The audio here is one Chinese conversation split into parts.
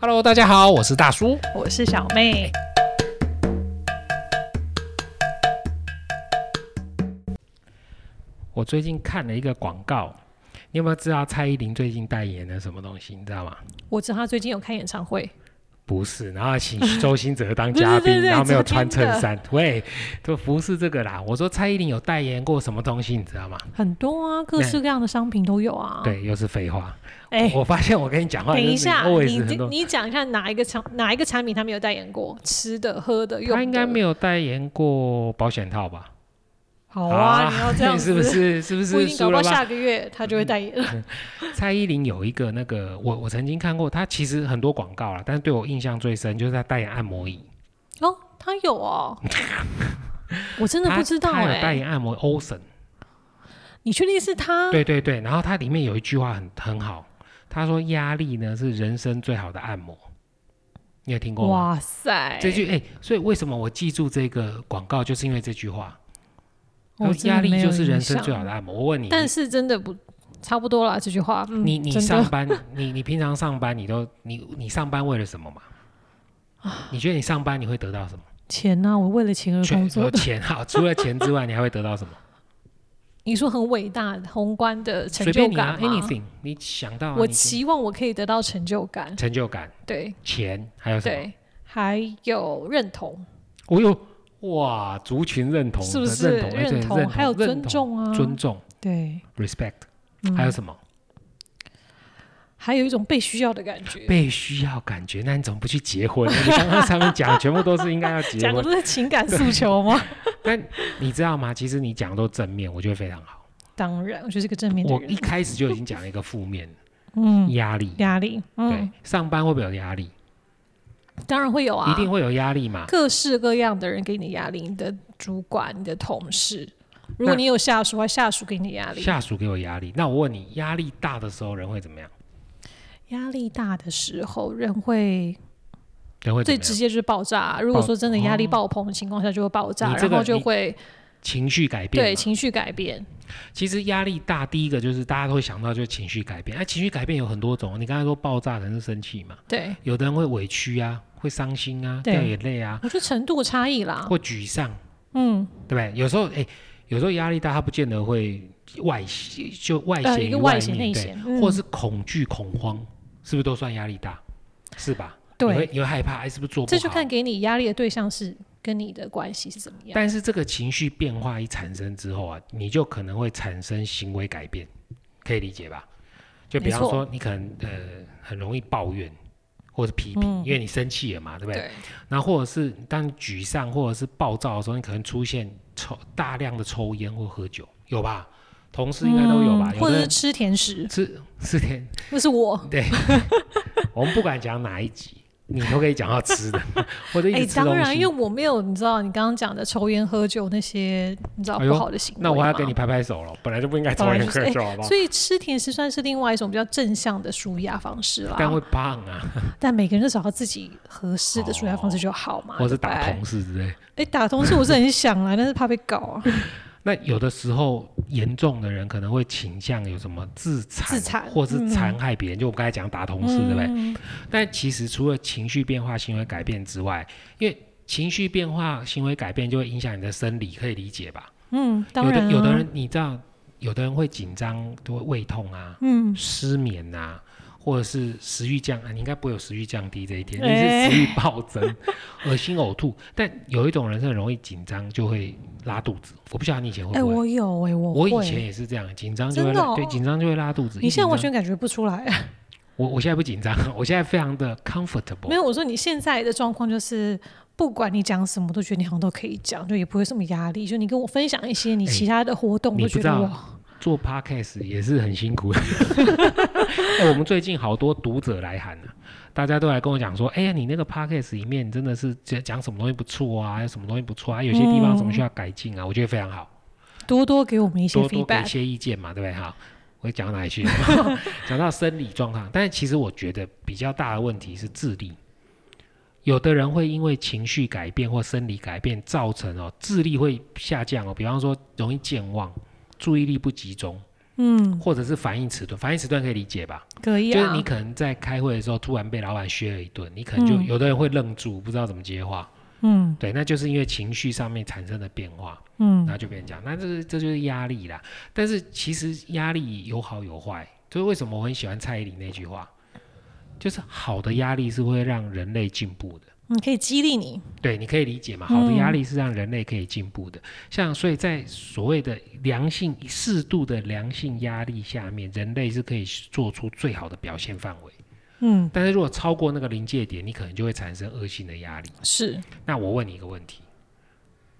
Hello，大家好，我是大叔。我是小妹。我最近看了一个广告，你有没有知道蔡依林最近代言的什么东西？你知道吗？我知道他最近有开演唱会，不是，然后请周兴哲当 嘉宾，对对对然后没有这穿边的衬衫，喂，就不是这个啦。我说蔡依林有代言过什么东西，你知道吗？很多啊，各式各样的商品都有啊。，对，又是废话。哎、我发现我跟你讲话，等一下，你 always 很你多。你讲一下哪一个产哪一个产品他没有代言过？吃的、喝的、用的？他应该没有代言过保险套吧？好啊，啊你要这样 子，是不？是？是不不一是定，搞输不了好吧？嗯下个月他就会代言了。蔡依林有一个那个，我我曾经看过，她其实很多广告啦，但是对我印象最深就是她代言按摩椅，哦，他 有哦，我真的她不知道她有哎、代言按摩 Ocean，你确定是他？对对对，然后它里面有一句话很很好，她说压力呢是人生最好的按摩，你有听过吗？哇塞，这句哎、所以为什么我记住这个广告，就是因为这句话，她我说哦真的压力没有就是人印生象最好的按摩。我问你，但是真的不差不多啦，这句话。嗯、你你真上的班，你你平常上班，你都你你上班为了什么嘛？啊你觉得你上班你会得到什么？钱呢、我为了 钱而啊工全作有。钱好，除了钱之外，你还会得到什 么？你说很伟大、宏观的成随就便你啊感吗，anything，你想到啊我你期望我可以得到成就感，成就感、对钱，还有什么？对，还有认同，我有哇，族群认同是不的是认同，哎对认同？还有认尊同重啊，尊重对， respect，嗯还有什么？还有一种被需要的感觉。被需要感觉，那你怎么不去结婚？你刚刚上面讲全部都是应该要结讲的婚，都是情感诉求吗？ 但你知道吗？其实你讲的都正面，我觉得非常好。当然，我就是个正面的我一人。开始就已经讲了一个负面 嗯，压力，压力，对嗯，，上班会不会有压力？当然会有啊，一定会有压力嘛。各式各样的人给你压力，你的主管、你的同事，如那果你有下属，还下属给你压力。下属给我压力，那我问你，压力大的时候人会怎么样？压力大的时候，人会人会怎么最直样？哦接就是爆炸。啊如果说真的压力爆棚的情况下，就会爆炸，你这个然后就会情绪改变。对，情绪改变。其实压力大，第一个就是大家都会想到就是情绪改变。哎、情绪改变有很多种，你刚才说爆炸可能是生气嘛，对，有的人会委屈啊，会伤心啊，对掉眼泪啊，我觉得程度差异啦。或沮丧，嗯，对不对？有时候哎、有时候压力大，他不见得会外泄，就外呃，显一于个外外显面内对，显，嗯或是恐惧、恐慌，是不是都算压力大？是吧？你对，会你会害怕，哎，是不是做不好？这就看给你压力的对象是跟你的关系是怎么样。但是这个情绪变化一产生之后啊，你就可能会产生行为改变，可以理解吧？就比方没错说，你可能呃很容易抱怨或是批评，因为你生气了嘛，对不对？嗯对，那或者是当你沮丧或者是暴躁的时候，你可能出现抽大量的抽烟或喝酒，有吧？同事应该都有吧？嗯有或的者是人吃甜食，吃 吃甜，那是我。对，我们不管讲哪一集，你都可以讲到吃的， 或者一哎直，吃当东然，因为西。我没有，你知道，你刚刚讲的抽烟、喝酒那些，你知道哎呦不好的行为。那我要给你。拍拍手了，本来就不应该抽本来烟就是喝哎酒，好不好？所以吃甜食算是另外一种比较正向的舒压方式啦。但会胖 啊，但每个人都找到自己合适的舒压方式就好嘛。或是对不对打同事之类。哎，打同事我是很想啊，但是怕被搞啊，那有的时候严重的人可能会倾向有什么自残，自残或是残害别人，就我们刚才讲打同事，对不对？嗯但其实除了情绪变化、行为改变之外，因为情绪变化、行为改变就会影响你的生理，可以理解吧？嗯，当然、有啊、的有的人你知道，有的人会紧张，都会胃痛啊，嗯，失眠啊。或者是食欲降，啊你应该不会有食欲降低这一天，哎你是食欲暴增、恶心呕吐。 但有一种人是很容易紧张就会拉肚子，我不晓得你以前会哎、不会。我有哎、我我会以前也是这样，紧张就会真的拉，哦对，紧张就会拉肚子。你一紧现在张完全感觉不出哦来，我我现在不紧张， 我现在非常的 comfortable。 没有我说你现在的状况就是，不管你讲什么，都觉得你好像都可以讲，就也不会这么压力。就你跟我分享一些你哎其他的活动，你不都觉知得道哇，做 podcast 也是很辛苦的。 哎我们最近好多读者来函啊，大家都来跟我讲说，哎呀，你那个 podcast 里面真的是讲讲什么东西不错啊，有什么东西不错啊，有些地方什么需要改进啊，我觉得非常好，多多给我们一些多多给一 feedback。些意见嘛，对不对？哈，我讲到哪里去？ 讲到生理状况，但是其实我觉得比较大的问题是智力。有的人会因为情绪改变或生理改变，造成哦智力会下降哦，比方说容易健忘、注意力不集中，嗯，或者是反应迟钝，反应迟钝可以理解吧？可以啊，就是你可能在开会的时候突然被老板削了一顿，你可能就嗯有的人会愣住，不知道怎么接话。嗯对，那就是因为情绪上面产生的变化，嗯那就变成这样。那这是这就是压力啦。但是其实压力有好有坏，就是为什么我很喜欢蔡依林那句话，就是好的压力是会让人类进步的。嗯，可以激励你，对，你可以理解嘛？好的嗯压力是让人类可以进步的，像所以在所谓的良性适度的良性压力下面，人类是可以做出最好的表现范围。嗯，但是如果超过那个临界点，你可能就会产生恶性的压力。是那我问你一个问题，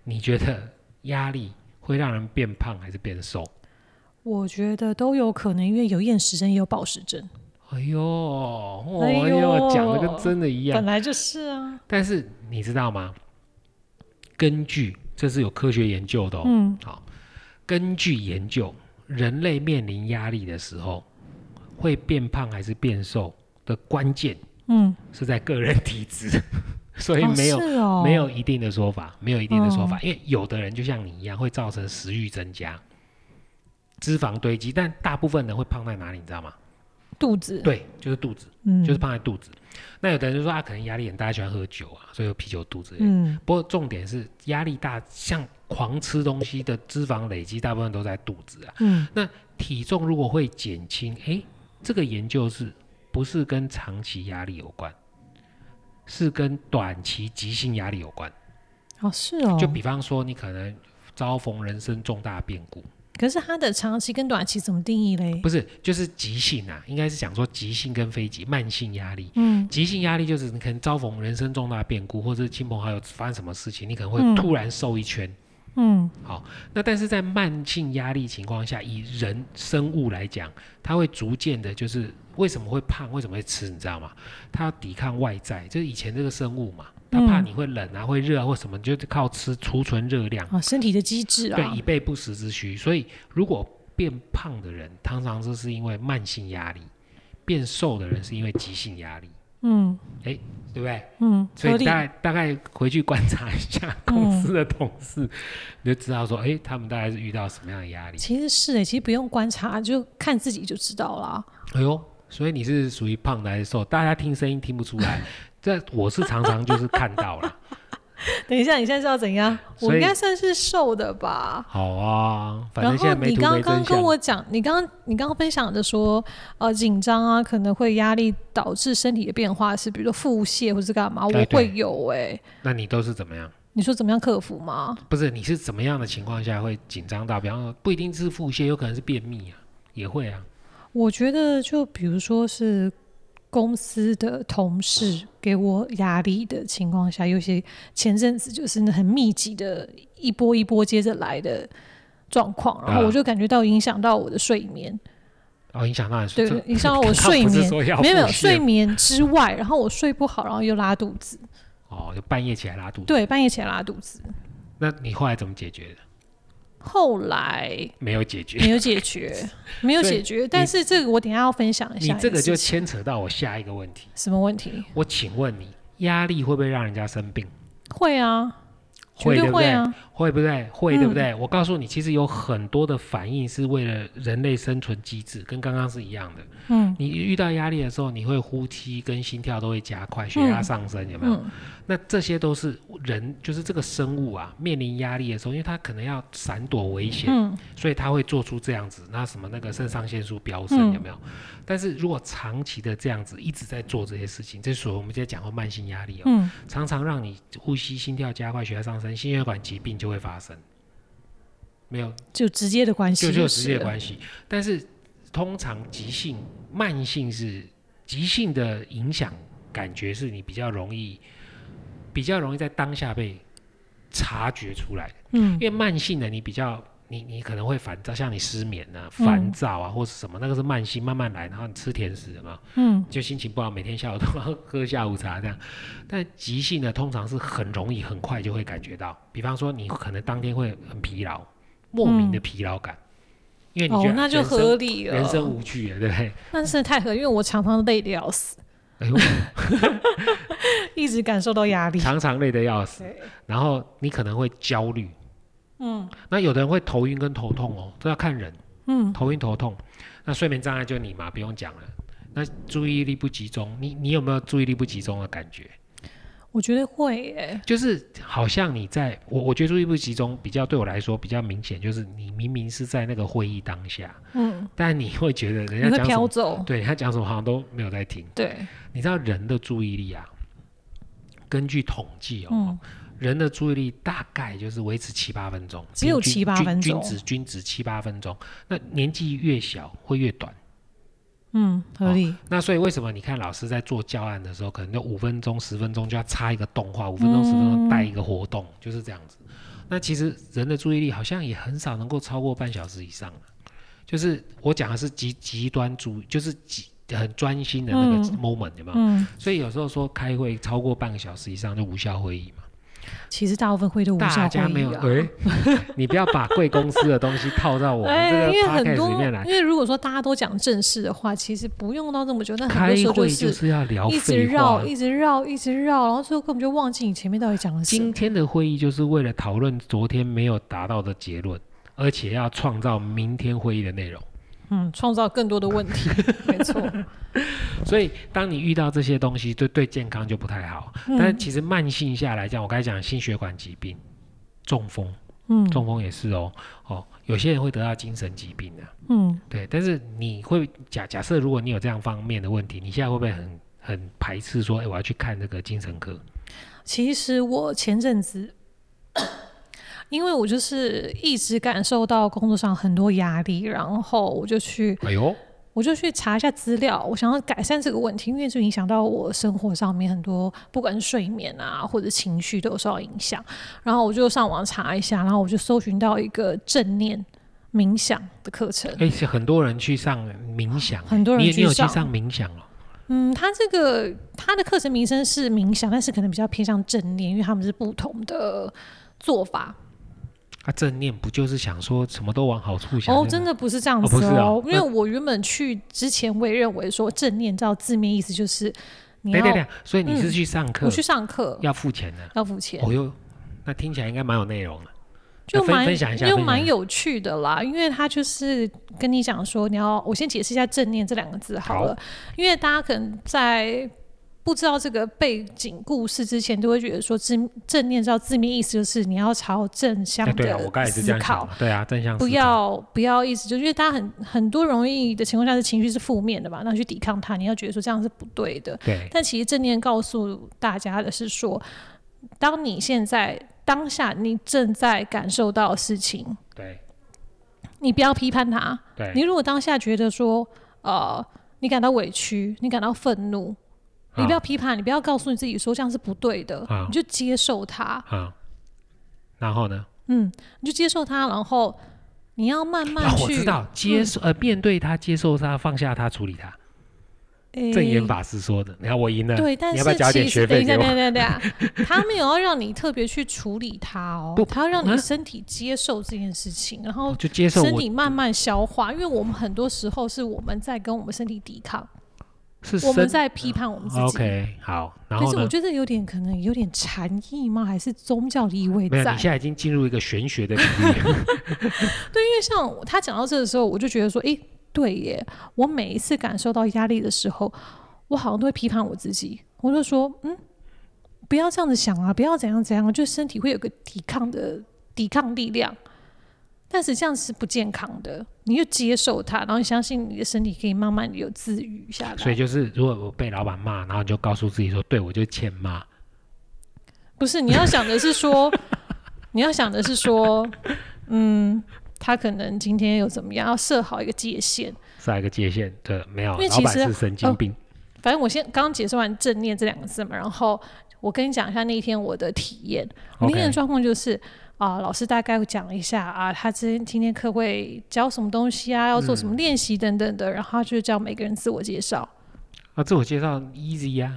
你觉得压力会让人变胖还是变瘦？我觉得都有可能，因为有厌食症也有暴食症，哎呦，哦、哎哎呦，讲的呦跟真的一样本。来就是啊，但是你知道吗？根据这是有科学研究的哦。嗯好，根据研究，人类面临压力的时候，会变胖还是变瘦的关键嗯，是在个人体质， 所以哦没有、是哦嗯没有一定的说法，没有一定的说法，因为有的人就像你一样，会造成食欲增加。脂肪堆积，但大部分人会胖在哪里，你知道吗？肚子，对，就是肚子，嗯，就是胖在肚子。那有的人就说啊，可能压力很大，喜欢喝酒啊，所以有啤酒肚子。嗯不过重点是压力大，像狂吃东西的脂肪累积，大部分都在肚子啊。嗯体重如果会减轻，诶，这个研究是不是跟长期压力有关？是跟短期急性压力有关。哦是哦，就比方说，你可能遭逢人生重大变故，可是它的长期跟短期怎么定义嘞？不是，就是急性啊，应该是讲说急性跟非急，慢性压力。嗯急性压力就是你可能遭逢人生重大变故，或者是亲朋好友发生什么事情，你可能嗯会突然瘦一圈。嗯那但是在慢性压力情况下，以人生物来讲，它会逐渐的，就是为什么会胖，为什么会吃，你知道吗？它要抵抗外在，就是以前这个生物嘛，它怕嗯你会冷啊，会热啊，或什么，你就是靠吃储存热量，啊，身体的机制对，啊以，备不时之需。所以如果变胖的人，常常这是因为慢性压力；变瘦的人是因为急性压力，嗯对不对？嗯，所合以理嗯大，概大概回去观察一下公司的同事，你就知道说，哎，他们大概是遇到什么样的压力。其实是欸诶，其实不用观察，啊就看自己就知道啦。哎呦，所以你是属于胖的还是瘦？大家听声音听不出来，这我是常常就是看到 了。 等一下，你现在是要怎样？我所以应该算是瘦的吧？好啊，反然正现后在没你图刚没刚真跟相。我讲，你刚刚你刚刚分享的说，呃，紧张啊，可能会压力导致身体的变化，是比如说腹泻或是干嘛，对我对会有哎、那你都是怎么样？你说怎么样克服吗？不是，你是怎么样的情况下会紧张到？比方说，不一定是腹泻，有可能是便秘啊，也会啊。我觉得就比如说是公司的同事给我压力的情况下，有些前阵子就是很密集的一波一波接着来的状况，然后啊我就感觉到影响到我的睡眠。哦，影响到你睡对这，影响 到我刚刚睡不是眠说要，没有没有腹泻睡眠之外，然后我睡不好，然后又拉肚子，哦，就半夜起来拉肚子。对，半夜起来拉肚子，那你后来怎么解决的？后来没有解决。没有解决，没有解决，但是这个我等一下要分享 一你下，这个就牵扯到我下一个问题。什么问题？我请问你，压力会不会让人家生病？会啊，绝对对不会对？啊，嗯会不对？会对不对？我告诉你，其实有很多的反应是为了人类生存机制，跟刚刚是一样的。嗯你遇到压力的时候，你会呼吸跟心跳都会加快，血压上升，有没有？嗯那这些都是人，就是这个生物啊，面临压力的时候，因为它可能要闪躲危险，嗯所以它会做出这样子。那什么那个肾上腺素飙升，嗯有没有？但是如果长期的这样子一直在做这些事情，这属于我们今天讲过慢性压力哦。嗯，常常让你呼吸、心跳加快、血压上升，心血管疾病就会发生。没有，就直接的关系就就有直接是了，关系。但是通常急性、慢性是急性的影响，感觉是你比较容易、比较容易在当下被察觉出来的。嗯因为慢性的你比较，你你可能会烦躁，像你失眠啊、烦躁啊，或是什么，那个是慢性，慢慢来，然后你吃甜食嘛，嗯就心情不好，每天下午都要喝下午茶这样。但急性的通常是很容易、很快就会感觉到，比方说你可能当天会很疲劳，莫名的疲劳感，因为你觉得啊哦，那就人生合理了，人生无趣了，对不对？那真的太合理，因为我常常累得要死， 哎呦，一直感受到压力，常常累得要死，然后你可能会焦虑，嗯，那有的人会头晕跟头痛哦，这要看人，嗯，头晕头痛。那睡眠障碍就你嘛，不用讲了。那注意力不集中，你你有没有注意力不集中的感觉？我觉得会耶，就是好像你在我，我觉得注意力不集中比较对我来说比较明显，就是你明明是在那个会议当下，嗯，但你会觉得你人会家讲什飘么，走，对他讲什么好像都没有在听。对，你知道人的注意力啊，根据统计哦，嗯，人的注意力大概就是维持七八分钟，只有平均七八均分钟均值均值七八分钟。那年纪越小会越短。嗯，哦合理，那所以为什么你看老师在做教案的时候，可能就五分钟、十分钟就要插一个动画，五分钟、十分钟带一个活动，就是这样子。那其实人的注意力好像也很少能够超过半小时以上啊就是我讲的是极极端注，就是极很专心的那个嗯 moment，、有没有？嗯，所以有时候说开会超过半个小时以上就无效会议嘛，其实大部分会都无效大家没会有议啊。哎、 你不要把贵公司的东西套到我们哎，这个因为很 podcast 多里面，啊来。因为如果说大家都讲正事的话，其实不用到这么久，但很开多时候会是就是要聊一直废话绕，，一直绕，一直绕，然后最后根本就忘记你前面到底讲了什今么。天的会议就是为了讨论昨天没有达到的结论，而且要创造明天会议的内容。嗯，创造更多的问 题，没错。所以，当你遇到这些东西，对对健康就不太好。但嗯其实慢性下来讲，我刚才讲心血管疾病、中风，嗯中风也是哦。哦，有些人会得到精神疾病的、嗯，对。但是你会假假设，如果你有这样方面的问题，你现在会不会很很排斥说，哎，我要去看这个精神科？其实我前阵子， 因为我就是一直感受到工作上很多压力，然后我就去哎呦，我就去查一下资料，我想要改善这个问题，因为就影响到我生活上面很多，不管是睡眠啊或者情绪都有受到影响。然后我就上网查一下，然后我就搜寻到一个正念冥想的课程。哎，是很多人去上冥想，很多人你也你有去去上上冥想哦。嗯，它这个它的课程名称是冥想，但是可能比较偏向正念，因为他们是不同的做法。啊，正念不就是想说什么都往好处想？哦，真的的不是这样哦不子是啊哦，因为那我原本去之前我也认为说正念照字面意思就是你对要对对，所以你是嗯去上课、我去上课要付钱的、要付钱。哦哟，那听起来应该蛮有内容的。就那分蛮分享一下就分享蛮一下有趣的啦，因为他就是跟你讲说，你要我先解释一下“正念”这两个字好了，因为大家可能在不知道这个背景故事之前，都会觉得说正正念照字面意思就是你要朝正向哎的对啊，我刚才也是这思样考想，的。对啊，正向思考不要不要一直就因为大家很很多容易的情况下是情绪是负面的嘛，那去抵抗它，你要觉得说这样是不对的，对但其实正念告诉大家的是说，当你现在当下你正在感受到的事情，对你不要批判它。你对，如果当下觉得说，呃，你感到委屈，你感到愤怒，你不要批判，你不要告诉你自己说这样是不对的，啊你就接受它，啊。然后呢？嗯，你就接受它，然后你要慢慢啊，我去嗯知，道，接受呃，面对他，接受他，放下他，处理他。诶正言法师说的，你看我赢了，对，但你要不要是交点其学实等费一给下，我？等一下，等 一下，啊他没有要让你特别去处理它哦不，他要让啊你身体接受这件事情，然后我哦就接受身我体慢慢消化，因为我们很多时候是我们在跟我们身体抵抗，是我们身。哦在批判我们自己。 OK，好，然但后是呢我？觉得有点可能有点禅意吗？还是宗教的意味没在？有，你现在已经进入一个玄学的领域。对，因为像我他讲到这的时候，我就觉得说，诶，对耶，我每一次感受到压力的时候，我好像都会批判我自己，我就说，嗯，不要这样子想啊，不要怎样怎样，就身体会有个抵抗的抵抗力量。但是这样是不健康的，你就接受它，然后相信你的身体可以慢慢有自愈下来。所以就是，如果我被老板骂，然后你就告诉自己说，对我就欠骂。不是，你要想的 是说，你要想的是说，嗯，他可能今天有怎么样，要设好一个界限。下一个界限，对，没有，因为老其板实哦是神经病，反正我先刚解释完正念这两个字嘛，然后我跟你讲一下那一天我的体验。我那天 OK 的状况就是啊、老师大概会讲一下啊，他今天今天课会教什么东西啊，要做什么练习等等的，然后他就叫每个人自我介绍。啊，自我介绍 easy 啊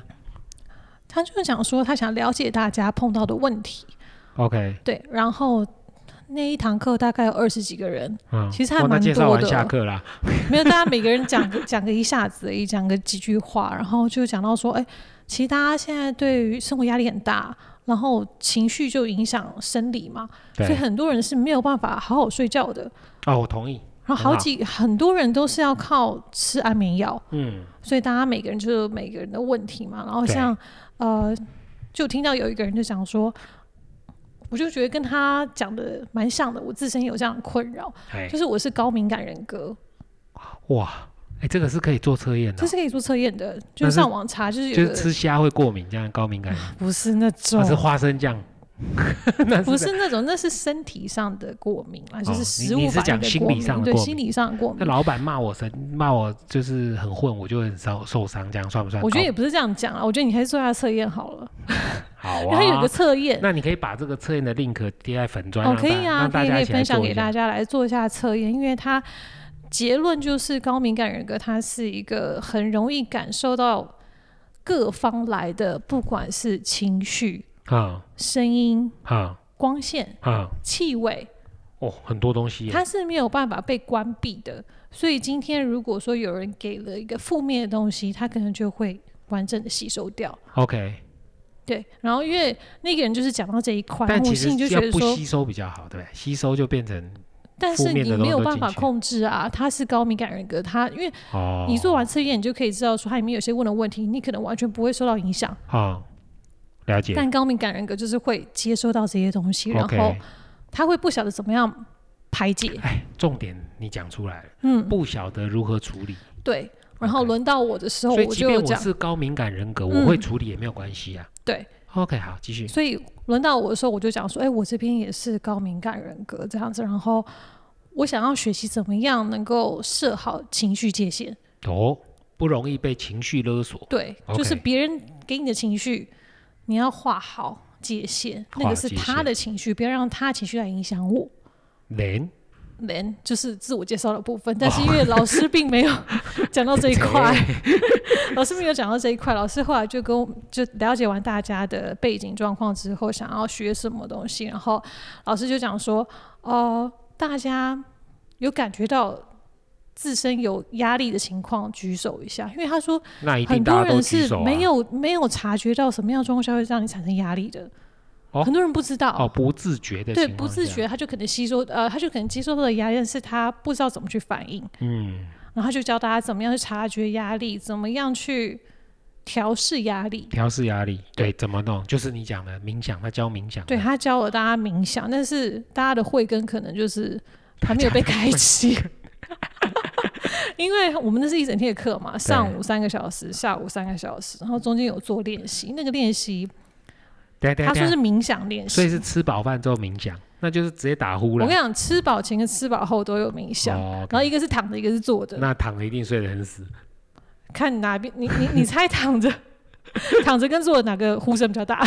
他就讲说他想了解大家碰到的问题， ，OK，对，然后那一堂课大概有二十几个人，嗯，其实还哇那蛮介绍多完的下课啦，没有，大家每个人讲个 讲个一下子而已，讲个几句话，然后就讲到说，哎、其实大家现在对于生活压力很大，然后情绪就影响生理嘛，所以对，很多人是没有办法好好睡觉的。哦，我同意，然然后好几很多人都是要靠吃安眠药，嗯，所以大家每个人就有每个人的问题嘛。然后像呃，就听到有一个人就讲说，我就觉得跟他讲的蛮像的，我自身有这样的困扰，哎就，是我是高敏感人格，哇，哎，这个是可以做测验的这哦，是可以做测验的，那就是是上网查，就是有就个是吃啊虾会过敏，这样高敏感，不啊是哦那种它是花生酱，那不是那种，那是身体上的过敏啦，就哦是你食你物是反应讲的心过理敏，上的对过心敏理上的过敏那。老板骂我神，骂我就是很混，我就很受受伤，这样算不算高？我觉得也不是这样讲啊，我觉得你还是做下测验好了。好然后有啊个。测验，那你可以把这个测验的 link 贴在粉砖，哦，让可大以啊，让可大以家可以一起来分享做一给下大家来做一下测验，因为它结论就是高敏感人格，它是一个很容易感受到各方来的，不管是情绪、啊声音、啊光线、啊！气味，哦，很多东西耶，它是没有办法被关闭的。所以今天如果说有人给了一个负面的东西，他可能就会完整的吸收掉。 OK，对，然后因为那个人就是讲到这一块，但我其心实里就觉要得不说，吸收比较好，对不对？吸收就变成但负是面的你东没西有都办进法去控制啊，他是高敏感人格，他因为哦，你做完测验，你就可以知道说它里面有些问的问题，你可能完全不会受到影响，啊，了解但高敏感人格就是会接收到这些东西，然后，OK。他会不晓得怎么样排解，哎，重点你讲出来了，嗯，不晓得如何处理，对。然后 OK 轮到我的时候，所以我即就便有我讲，是高敏感人格，嗯我会处理也没有关系啊。对， OK，好，继续。所以轮到我的时候，我就讲说，哎，我这边也是高敏感人格这样子，然后我想要学习怎么样能够设好情绪界限，哦，不容易被情绪勒索，对，就是 OK 别人给你的情绪，你要画好界限，那划个是界他限的情绪，不要让他情绪来影响我。人 then 就是自我介绍的部分，但哦是因为老师 并没有讲到这一块，老师没有讲到这一块，老师后来就跟我就了解完大家的背景状况之后，想要学什么东西，然后老师就讲说，呃，大家有感觉到自身有压力的情况，举手一下，因为他说那一定很大多家都人举是手啊。没有没有察觉到什么样的状况下会让你产生压力的，哦很多人不知道，哦，不自觉的对，情不况自下，觉他就可能吸收，呃，他就可能接收到的压力，但是他不知道怎么去反应，嗯，然后他就教大家怎么样去察觉压力，怎么样去调试压力。调试压力，对，怎么弄？就是你讲的冥想，他教冥想，对，他教了大家冥想，但是大家的慧根可能就是还没有被开启，因为我们那是一整天的课嘛，上午三个小时，下午三个小时，然后中间有做练习，那个练习对对他说是对，冥想练习，所以是吃饱饭之后冥想，那就是直接打呼我了跟你。讲，吃饱前跟吃饱后都有冥想，哦，OK 然后一个是躺着，一个是坐着，那躺着一定睡得很死，看你哪边，你你你猜躺着， 躺着跟坐着哪个呼声比较大？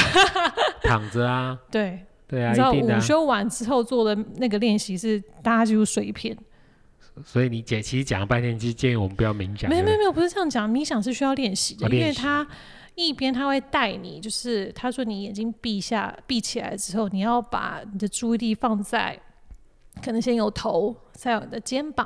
躺着啊，对，对你啊，知道一定的、午啊。休完之后做的那个练习是大家几乎碎片，所以你姐其实讲了半天，就建议我们不要冥想，没有没对有没有，不是这样讲，冥想是需要练习的，哦因练为习它一边它会带你，就是他说你眼睛闭下闭起来之后，你要把你的注意力放在。可能先有头，再有你的肩膀，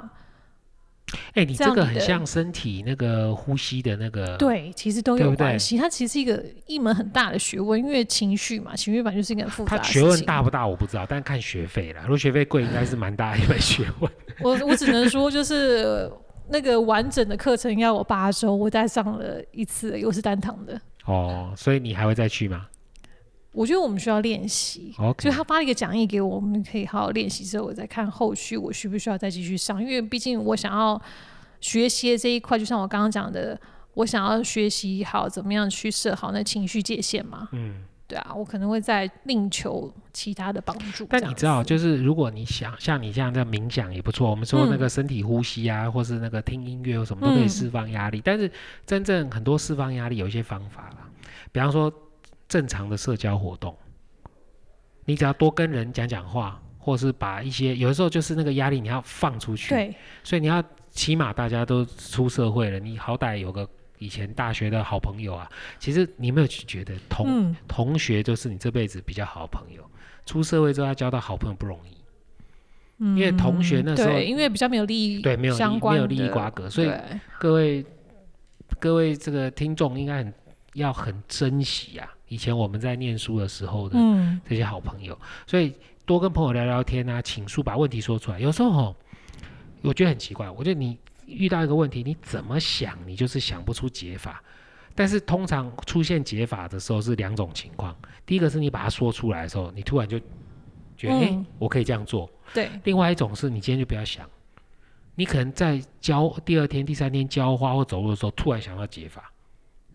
嗯哎、你这这样个你很的像身体那个呼吸的那个，对，其实都对有不对关系。它其实是一个一门很大的学问，因为情绪嘛，情绪本来就是一个很复杂它的事学情。问大不大我不知道，但看学费啦。如果学费贵，应该是蛮大一门学问。 我我只能说，就是呃那个完整的课程要我八周，我再上了一次，又是单堂的。哦，所以你还会再去吗我觉得我们需要练习。 ？OK，所以他发了一个讲义给我，我们可以好好练习之后，我再看后续我需不需要再继续上，因为毕竟我想要学习的这一块，就像我刚刚讲的，我想要学习好怎么样去设好那情绪界限嘛。嗯，对啊，我可能会再另求其他的帮助。但这你样知道，子就是如果你想像你这样在冥想也不错，我们说那嗯个身体呼吸啊，或是那个听音乐或什么都可以嗯释放压力，但是真正很多释放压力有一些方法啦，比方说正常的社交活动，你只要多跟人讲讲话，或是把一些有的时候就是那个压力你要放出去，对所以你要起码大家都出社会了，你好歹有个以前大学的好朋友啊。其实你有没有觉得同、嗯同学就是你这辈子比较好的朋友，出社会之后要交到好朋友不容易，因为同学那时候嗯对，因为比较没有利益对没有利相没关有利益的瓜葛，所以对各位各位这个听众应该很要很珍惜啊，以前我们在念书的时候的嗯，这些好朋友，所以多跟朋友聊聊天啊，倾诉，把问题说出来。有时候吼我觉得很奇怪。我觉得你遇到一个问题，你怎么想，你就是想不出解法。但是通常出现解法的时候是两种情况，第一个是你把它说出来的时候，你突然就觉得，哎、嗯我可以这样做；对，另外一种是你今天就不要想，你可能在浇第二天、第三天浇花或走路的时候，突然想到解法。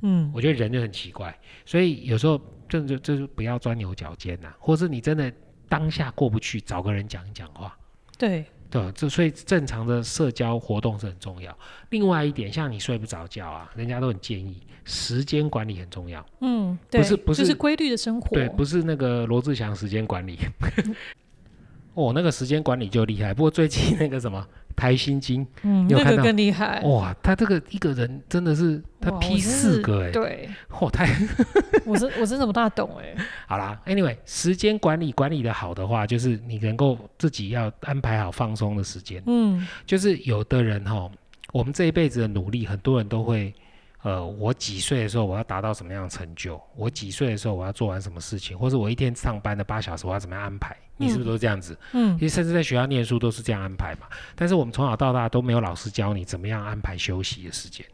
嗯，我觉得人就很奇怪，所以有时候这就就是不要钻牛角尖呐、啊或是你真的当下过不去，找个人讲一讲话，对，对吧，这所以正常的社交活动是很重要。另外一点，像你睡不着觉啊，人家都很建议时间管理很重要，嗯，不对，是不就是是规律的生活，对，不是那个罗志祥时间管 理。哦，那个时间管理就厉害，不过最近那个什么台新金，嗯，你有那看个到哦更厉害，哇，他这个一个人真的是他哇批我真四是个哎、欸，对，哇，太 我真我真的不大懂哎、好啦，Anyway，时间管理管理的好的话，就是你能够自己要安排好放松的时间。嗯，就是有的人哈，我们这一辈子的努力，很多人都会，呃，我几岁的时候我要达到什么样的成就，我几岁的时候我要做完什么事情，或者我一天上班的八小时我要怎么样安排，你是不是都这样子？嗯，其实甚至在学校念书都是这样安排嘛。但是我们从小到大都没有老师教你怎么样安排休息的时间。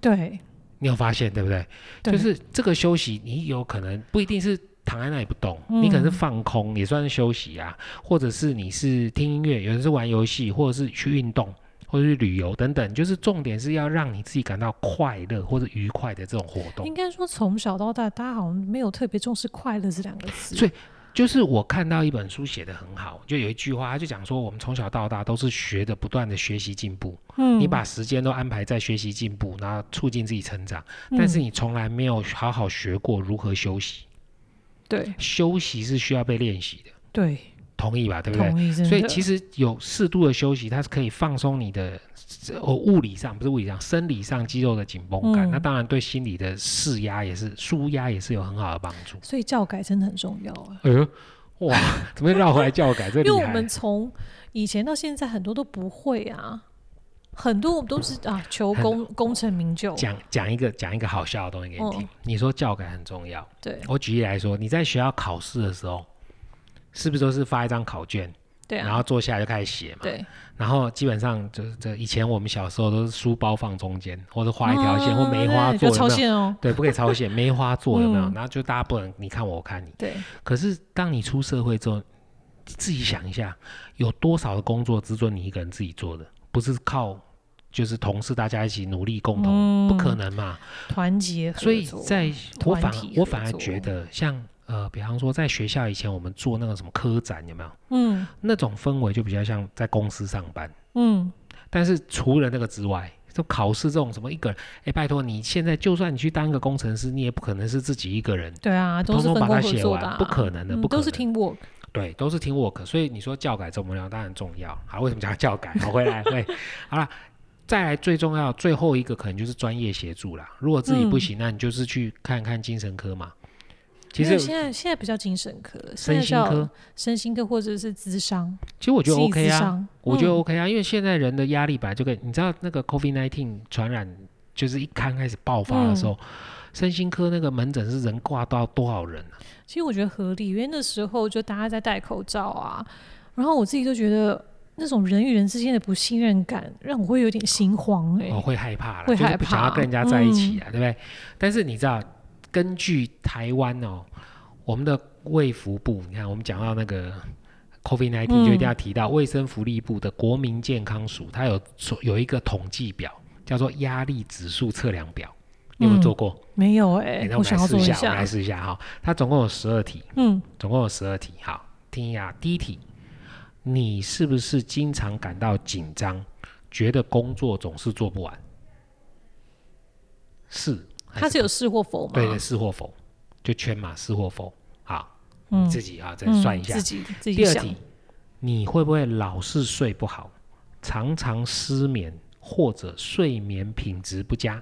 对，你有发现对不对？对就是这个休息，你有可能不一定是躺在那里不动，嗯你可能是放空，也算是休息啊，或者是你是听音乐，有人是玩游戏，或者是去运动，或者是旅游等等。就是重点是要让你自己感到快乐或者愉快的这种活动应。该说从小到大，大家好像没有特别重视快乐这两个词，所以就是我看到一本书写的很好，就有一句话，他就讲说，我们从小到大都是学着不断的学习进步，嗯，你把时间都安排在学习进步，然后促进自己成长，但是嗯你从来没有好好学过如何休息。对休息是需要被练习的，对，同意吧？对不对？同意，真的所以其实有适度的休息，它是可以放松你的呃物理上不是物理上，生理上肌肉的紧绷感。嗯那当然对心理的释压也是舒压也是有很好的帮助。所以教改真的很重要啊。哎呦，哇， 怎么又绕回来教改？这因为厉我害们！从以前到现在很多都不会啊，很多我们都是啊求很功功成名就，讲讲一个讲一个好笑的东西给你听。嗯你说教改很重要，对我举例来说，你在学校考试的时候，是不是都是发一张考卷，对然啊，后坐下来就开始写嘛？对然后基本上就是这以前我们小时候都是书包放中间，或者画一条线、嗯或梅花对做不要超有没有？限哦，对，不可以超线，梅花做有没有？嗯然后就大家不能你看我，我看你。对可是当你出社会之后，自己想一下，有多少的工作只准你一个人自己做的，不是靠就是同事大家一起努力共同，不可能嘛？团结嗯合所以作在我团反体我合反而作觉得像呃，比方说在学校以前我们做那个什么科展有没有？嗯那种氛围就比较像在公司上班。嗯但是除了那个之外，就考试这种什么一个人，哎，拜托你现在就算你去当一个工程师，你也不可能是自己一个人，对啊，都通是通把分它工合写作的完，啊，不可能的，嗯不可都能。是 teamwork，对，都是听 work，所以你说教改重不重要？当然重要。好，为什么讲教改？好，回来会好了。再来最重要最后一个可能就是专业协助啦。如果自己不嗯行，那你就是去看看精神科嘛。其因为实现在现在比较精神科，现身在心叫科，身心科或者是咨商，其实我我觉得 OK 啊。啊我觉得 OK 啊，因为现在人的压力本来就跟你知道那个 COVID 1 9传染，就是一刚开始爆发的时嗯候，身心科那个门诊是人挂到多少人啊？其实我觉得合理，因为那时候就大家在戴口罩啊，然后我自己就觉得那种人与人之间的不信任感，让我会有点心慌哎、哦，会害怕啦，会就是害不想要怕嗯跟人家在一起啊，对不对？但是你知道，根据台湾哦，我们的卫福部，你看我们讲到那个。COVID 1 9就一嗯定要提到卫生福利部的国民健康署，它有有一个统计表，叫做压力指数测量表。你有没有嗯做过？没有哎、欸那我我们想来要试做一下，我们下来，试一下哈。它总共有十二题，嗯，总共有十二题。好，听一下第一题，你是不是经常感到紧张，觉得工作总是做不完？是，还它是有是或否吗？对的，是或否？就圈嘛，是或否？好，嗯你自己啊，再嗯算一下自。己自己第二想题，，你会不会老是睡不好，常常失眠或者睡眠品质不佳？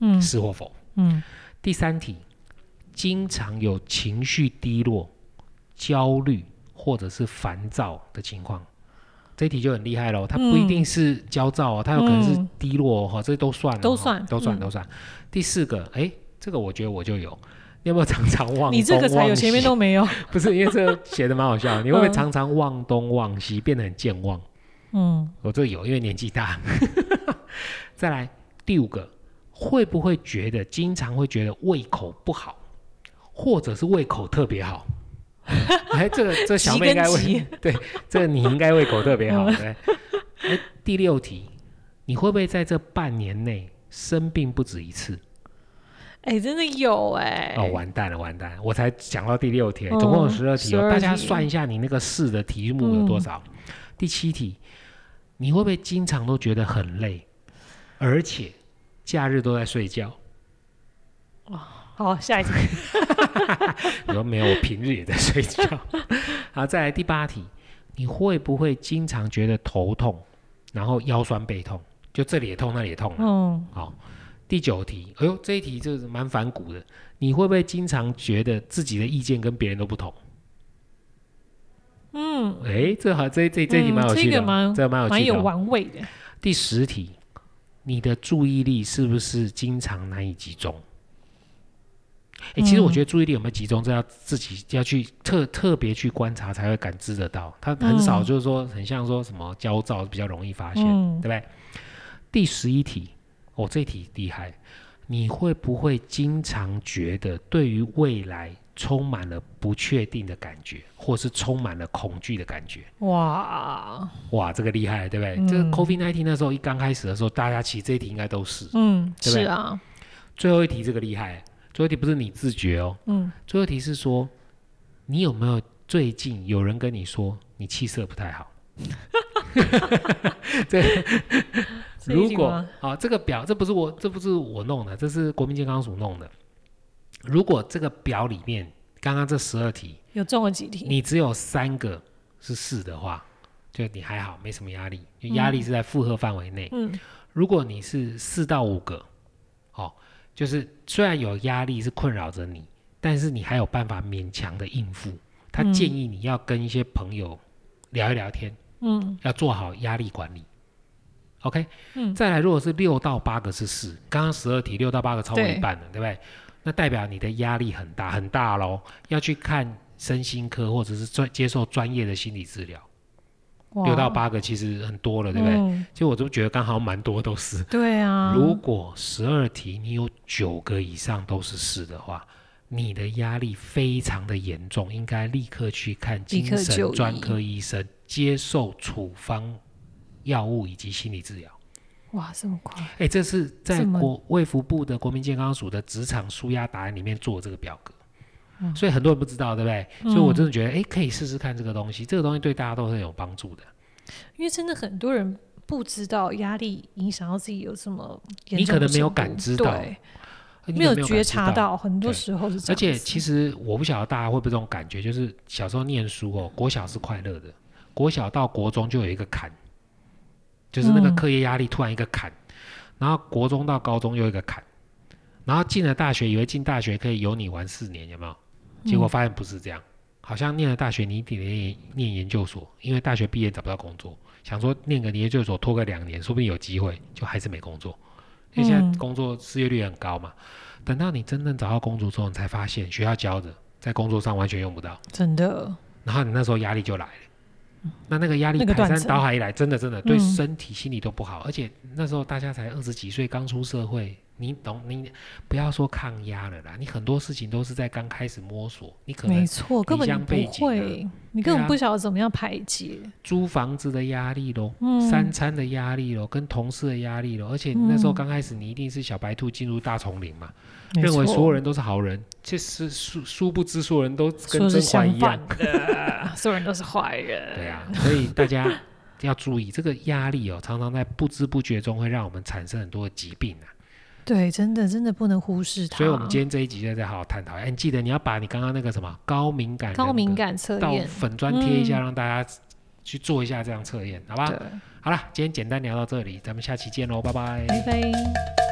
嗯是或否？嗯，第三题，经常有情绪低落、焦虑或者是烦躁的情况，这一题就很厉害喽。它不一定是焦躁哦，它有可能是嗯低落哦，这都算哦都算都算，嗯都算。第四个，哎，这个我觉得我就有。你有没有常常忘东忘西？你这个才有，前面都没有，不是，因为这个写的蛮好笑的。你会不会嗯常常忘东忘西，变得很健忘？嗯我这有，因为年纪大。 再来第五个，会不会觉得经常会觉得胃口不好，或者是胃口特别 好？哎，这个 这小妹应该 急嗯胃跟对，这你应该胃口特别好。对，哎，第六题，你会不会在这半年内生病不止一次？哎、真的有哎、哦，完蛋了，完蛋了！我才讲到第六题，总共有嗯十二题、哦，嗯12大家题算一下你那个试的题目有多少。第七题，你会不会经常都觉得很累，而且假日都在睡觉？ 好，下一题。你说没有，我平日也在睡觉。好，再来第八题，你会不会经常觉得头痛，然后腰酸背痛，就这里也痛那里也痛啊、嗯，好，第九题，哎呦，这一题就是蛮反骨的。你会不会经常觉得自己的意见跟别人都不同？嗯，哎，这好，这这这题嗯蛮有趣的这个哦，蛮这个蛮有蛮趣的有哦。玩味的。第十题，你的注意力是不是经常难以集中？哎，嗯其实我觉得注意力有没有集中，这要自己要去特特别去观察才会感知得到。它很少嗯就是说，很像说什么焦躁比较容易发现。对嗯不对？第十一题，哦，这题厉害，你会不会经常觉得对于未来充满了不确定的感觉，或是充满了恐惧的感觉？哇，哇，这个厉害，对不对？这个 COVID 1 9那时候一刚开始的时候，大家其实这一题应该都是。嗯，对不对是啊，最后一题这个厉害，最后一题不是你自觉哦，嗯，最后一题是说，你有没有最近有人跟你说你气色不太好？ 这这一如题果吗啊，这个表这不是我这不是我弄的，这是国民健康署弄的。如果这个表里面刚刚这十二题，有中了几题？你只有三个是是的话，就你还好，没什么压力，因为压力是在负荷范围内。嗯如果你是四到五个，哦，就是虽然有压力是困扰着你，但是你还有办法勉强的应付。他建议你要跟一些朋友聊一聊天，嗯，要做好压力管理。OK，嗯再来，如果是六到八个是四，刚刚十二题六到八个超过对一半了，对不对？那代表你的压力很大很大喽，要去看身心科或者是专接受专业的心理治疗。哇六到，八个其实很多了，对不对？嗯其实我都觉得刚好蛮多都是。对啊，如果十二题你有九个以上都是是的话，你的压力非常的严重，应该立刻去看精立刻就神医专科医生，接受处方药物以及心理治疗。哇这么快，哎，这是在这么国卫福部的国民健康署的职场舒压答案里面做这个表格。嗯所以很多人不知道，对不对？所以我真的觉得，哎，可以试试看这个东西，这个东西对大家都很有帮助的。因为真的很多人不知道压力影响到自己有这么严重的你可能没有程度感知到对你没有感觉知察到，很多对时候是这而样且子。其实我不晓得大家会不会这种感觉，就是小时候念书哦，国小是快乐的，国小到国中就有一个坎，就是那个嗯课业压力突然一个坎，然后国中到高中又一个坎，然后进了大学以为进大学可以有你玩四年，有没有？嗯结果发现不是这样，好像念了大学你一定得念念研究所，因为大学毕业找不到工作，想说念个研究所拖个两年，说不定有机会，就还是没工作。因为现嗯在工作失业率也很高嘛，等到你真正找到工作之后，你才发现学校教的在工作上完全用不到，真的，然后你那时候压力就来了。那那个压力那个排断山层倒海一来，真的真的对嗯身体、心理都不好，而且那时候大家才二十几岁，刚出社会，你懂你不要说抗压了啦，你很多事情都是在刚开始摸索，你可能没错，根本离乡你背不景啊会，你对根啊本不晓得怎么样排解。租房子的压力咯，嗯三餐的压力咯，跟同事的压力咯，而且那时候嗯刚开始你一定是小白兔进入大丛林嘛，没认为所有错人都是好人，其实殊殊不知所有人都跟说是甄嬛相一样反。的， 所有人都是坏人。对啊，所以大家要注意这个压力哦，常常在不知不觉中会让我们产生很多的疾病啊。对，真的真的不能忽视它。所以我们今天这一集就在好好探讨。哎，你记得你要把你刚刚那个什么高敏感人格高敏感测到验，粉砖贴一下，嗯让大家去做一下这样测验，好吧？对，好了，今天简单聊到这里，咱们下期见喽，拜拜拜拜。